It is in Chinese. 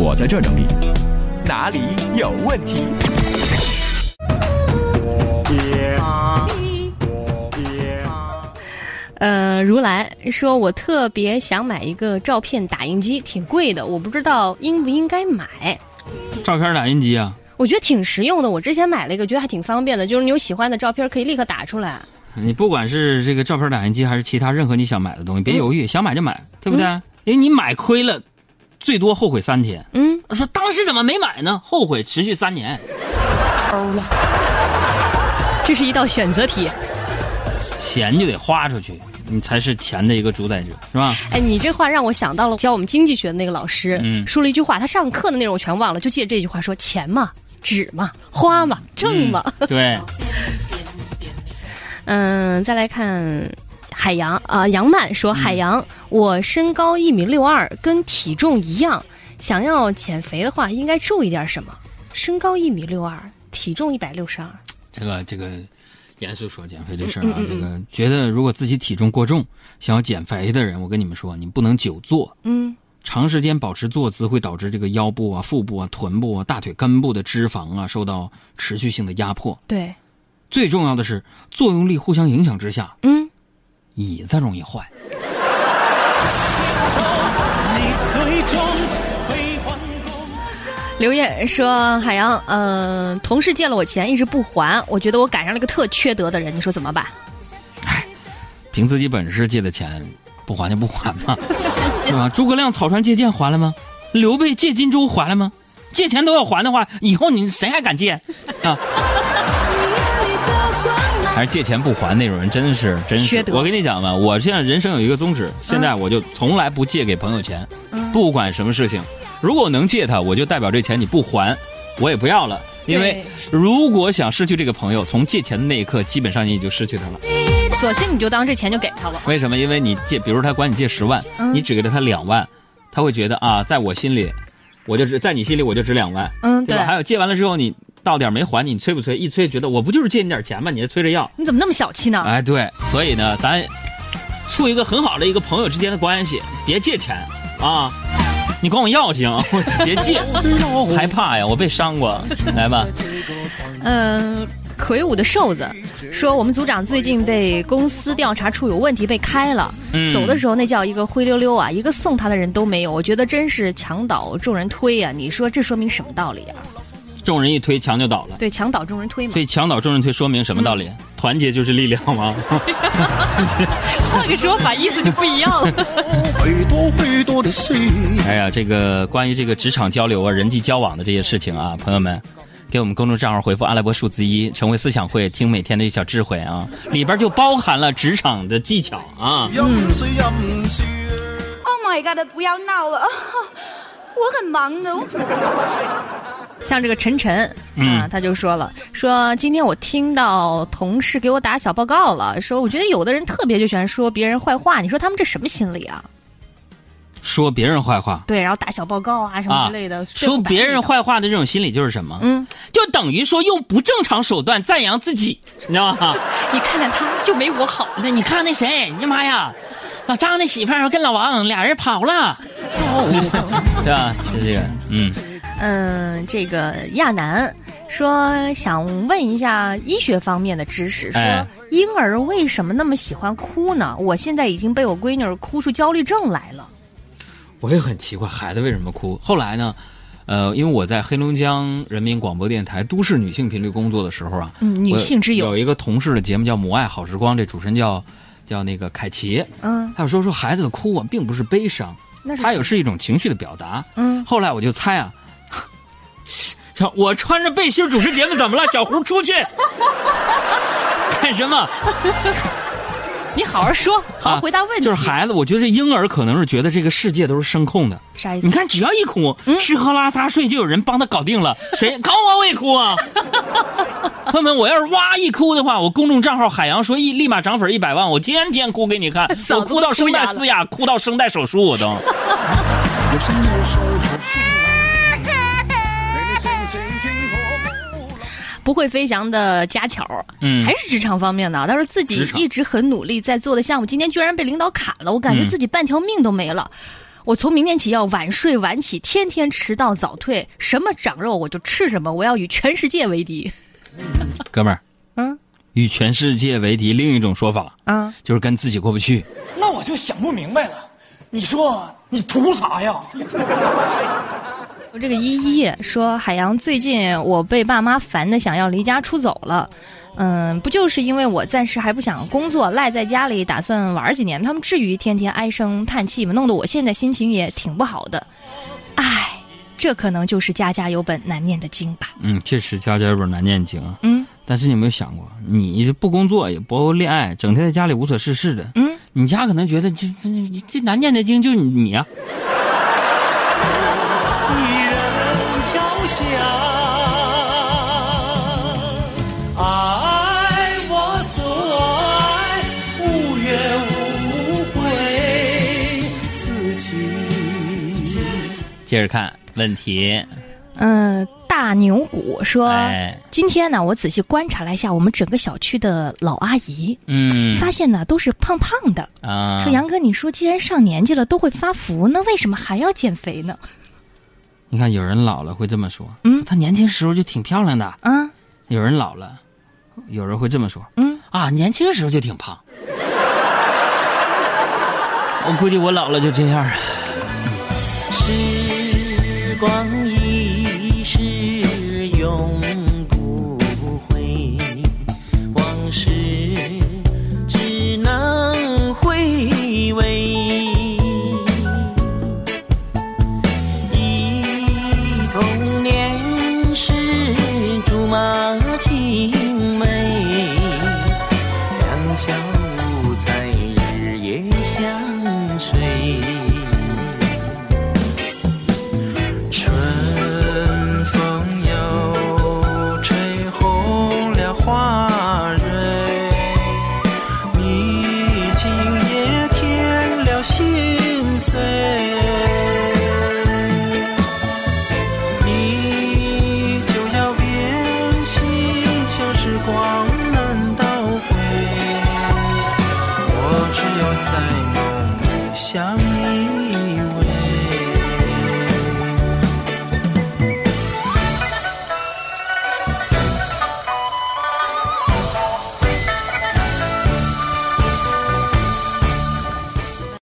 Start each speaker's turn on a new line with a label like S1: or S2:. S1: 我在这整理。
S2: 哪里有问题？
S3: 呃，如来说，我特别想买一个照片打印机，挺贵的，我不知道应不应该买。
S4: 照片打印机啊，
S3: 我觉得挺实用的，我之前买了一个，觉得还挺方便的，就是你有喜欢的照片可以立刻打出来。
S4: 你不管是这个照片打印机，还是其他任何你想买的东西，别犹豫，想买就买，对不对？因为你买亏了，最多后悔三天。
S3: 嗯，
S4: 说当时怎么没买呢？后悔持续三年。
S3: 这是一道选择题。
S4: 钱就得花出去，你才是钱的一个主宰者，是吧？
S3: 哎，你这话让我想到了教我们经济学的那个老师，
S4: 嗯
S3: 说了一句话，他上课的内容我全忘了，就记得这句话说：钱嘛，纸嘛，花嘛，挣嘛。
S4: 嗯对，
S3: 嗯，再来看海洋啊、杨曼说：“海洋，我身高一米六二，跟体重一样，想要减肥的话，应该注意点什么？身高一米六二，体重一百六十二，
S4: 这个这个，严肃说减肥这事儿啊，这个觉得如果自己体重过重，想要减肥的人，我跟你们说，你不能久坐，
S3: 嗯，
S4: 长时间保持坐姿会导致这个腰部啊、腹部啊、臀部啊、大腿根部的脂肪啊受到持续性的压迫。
S3: 对，
S4: 最重要的是，作用力互相影响之下，
S3: 嗯，
S4: 椅子容易坏。
S3: 刘烨说：“海洋，呃，同事借了我钱，一直不还，我觉得我赶上了一个特缺德的人，你说怎么办？
S4: 凭自己本事借的钱，不还就不还 嘛，对吧？诸葛亮草船借箭还了吗？刘备借荆州还了吗？借钱都要还的话，以后你谁还敢借啊？
S2: 还是借钱不还那种人，真是真
S3: 缺
S2: 是。
S3: 德嗯
S4: 我跟你讲吧，我现在人生有一个宗旨，现在我就从来不借给朋友钱，不管什么事情，如果我能借他，我就代表这钱你不还，我也不要了。因为如果想失去这个朋友，从借钱的那一刻，基本上你已经失去他了。
S3: 索性你就当这钱就给他了。
S4: 为什么？因为你借，比如他管你借十万，
S3: 嗯
S4: 你只给了他两万，他会觉得啊，在我心里，我就只在你心里我就值两万，
S3: 嗯，
S4: 对吧？还有借完了之后，你到点没还，你催不催？一催，觉得我不就是借你点钱吗？你还催着要，
S3: 你怎么那么小气呢？
S4: 哎，对，所以呢，咱处一个很好的一个朋友之间的关系，别借钱啊。你管我要行，别借，害怕呀，我被伤过。来吧，
S3: 嗯，魁梧的瘦子说，我们组长最近被公司调查出有问题被开了，
S4: 嗯
S3: 走的时候那叫一个灰溜溜啊，一个送他的人都没有，我觉得真是墙倒众人推呀、你说这说明什么道理啊？
S4: 众人一推，墙就倒了。
S3: 对，墙倒众人推嘛
S4: 所。以墙倒众人推说明什么道
S3: 嗯
S4: 理？团结就是力量吗？
S3: 换个说法，意思就不一 样了。嗯
S4: 哎呀，这个关于这个职场交流啊、人际交往的这些事情啊，朋友们，给我们公众账号回复阿拉伯数字一，成为思想会，听每天的小智慧啊，里边就包含了职场的技巧啊。
S5: Oh my god！不要闹了，我很忙的。我
S3: 像这个晨晨，啊，他就说了，说今天我听到同事给我打小报告了，说我觉得有的人特别就喜欢说别人坏话，你说他们这什么心理啊？
S4: 说别人坏话
S3: 对，然后打小报告啊什么
S4: 啊
S3: 之类的，，
S4: 说 别人坏话的这种心理就是什么？
S3: 嗯，
S4: 就等于说用不正常手段赞扬自己，你知道吗？
S3: 你看看他就没我好。
S4: 那你看那谁，你妈呀，老张的媳妇儿跟老王俩人跑 了，对吧？就这个，嗯。
S3: 嗯，这个亚楠说想问一下医学方面的知识，说
S4: 哎
S3: 婴儿为什么那么喜欢哭呢？我现在已经被我闺女哭出焦虑症来了。
S4: 我也很奇怪孩子为什么哭。后来呢，呃，因为我在黑龙江人民广播电台都市女性频率工作的时候啊，
S3: 嗯女
S4: 我
S3: 性之友
S4: 有一个同事的节目叫《母爱好时光》，这主持人叫叫那个凯奇，
S3: 嗯，
S4: 他有时候说孩子的哭啊，并不是悲伤，
S3: 那是
S4: 他有是一种情绪的表达。
S3: 嗯，
S4: 后来我就猜啊。 小我穿着背心主持节目怎么 了？小胡出去 干什么？
S3: 你好好说，好好
S4: 啊
S3: 回答问题。
S4: 就是孩子，我觉得这婴儿可能是觉得这个世界都是声控的，
S3: 啥意思
S4: 你？看，只要一哭，
S3: 嗯
S4: 吃喝拉撒睡就有人帮他搞定了。谁搞我我也哭啊！朋友们，我要是哇一哭的话，我公众账号海洋说一立马涨粉一百万，我天天哭给你看，
S3: 嗓子都
S4: 我哭到声带
S3: 哭哑了
S4: 嘶哑，哭到声带手术，我都。
S3: 不会飞翔的家巧，
S4: 嗯
S3: 还是职场方面的。他说自己
S4: 职场嗯
S3: 一直很努力在做的项目，今天居然被领导砍了，我感觉自己半条命都没了。我从明天起要晚睡晚起，天天迟到早退，什么长肉我就吃什么，我要与全世界为敌。
S4: 哥们儿，
S3: 嗯，
S4: 与全世界为敌，另一种说法
S3: 啊，
S4: 就是跟自己过不去。
S1: 那我就想不明白了，你说你图啥呀？
S3: 我这个依依说，海洋最近我被爸妈烦的想要离家出走了，嗯，不就是因为我暂时还不想工作，赖在家里打算玩几年，他们至于天天唉声叹气吗？弄得我现在心情也挺不好的，唉，这可能就是家家有本难念的经吧。
S4: 嗯，确实家家有本难念经啊。
S3: 嗯
S4: 但是你有没有想过，你不工作也不恋爱，整天在家里无所事事的，
S3: 嗯，
S4: 你家可能觉得这这这难念的经就是你啊呀、
S6: 一人飘香。爱我所爱，无怨无悔，自己。
S4: 接着看问题，
S3: 嗯，大牛骨说，
S4: 哎，
S3: 今天呢，我仔细观察了一下我们整个小区的老阿姨，
S4: 嗯
S3: 发现呢都是胖胖的。
S4: 啊，
S3: 说杨哥，你说既然上年纪了都会发福，那为什么还要减肥呢？
S4: 你看有人老了会这么说，
S3: 嗯
S4: 她年轻时候就挺漂亮的，
S3: 啊，
S4: 有人老了，有人会这么说，
S3: 嗯
S4: 啊，年轻时候就挺胖，我估计我老了就这样啊，
S6: 时光一逝永不回，往事只能回味。忆童年时竹马青梅，两小无猜，日夜相随。春风又吹红了花蕊，你今夜添了心碎。你就要变心，像是花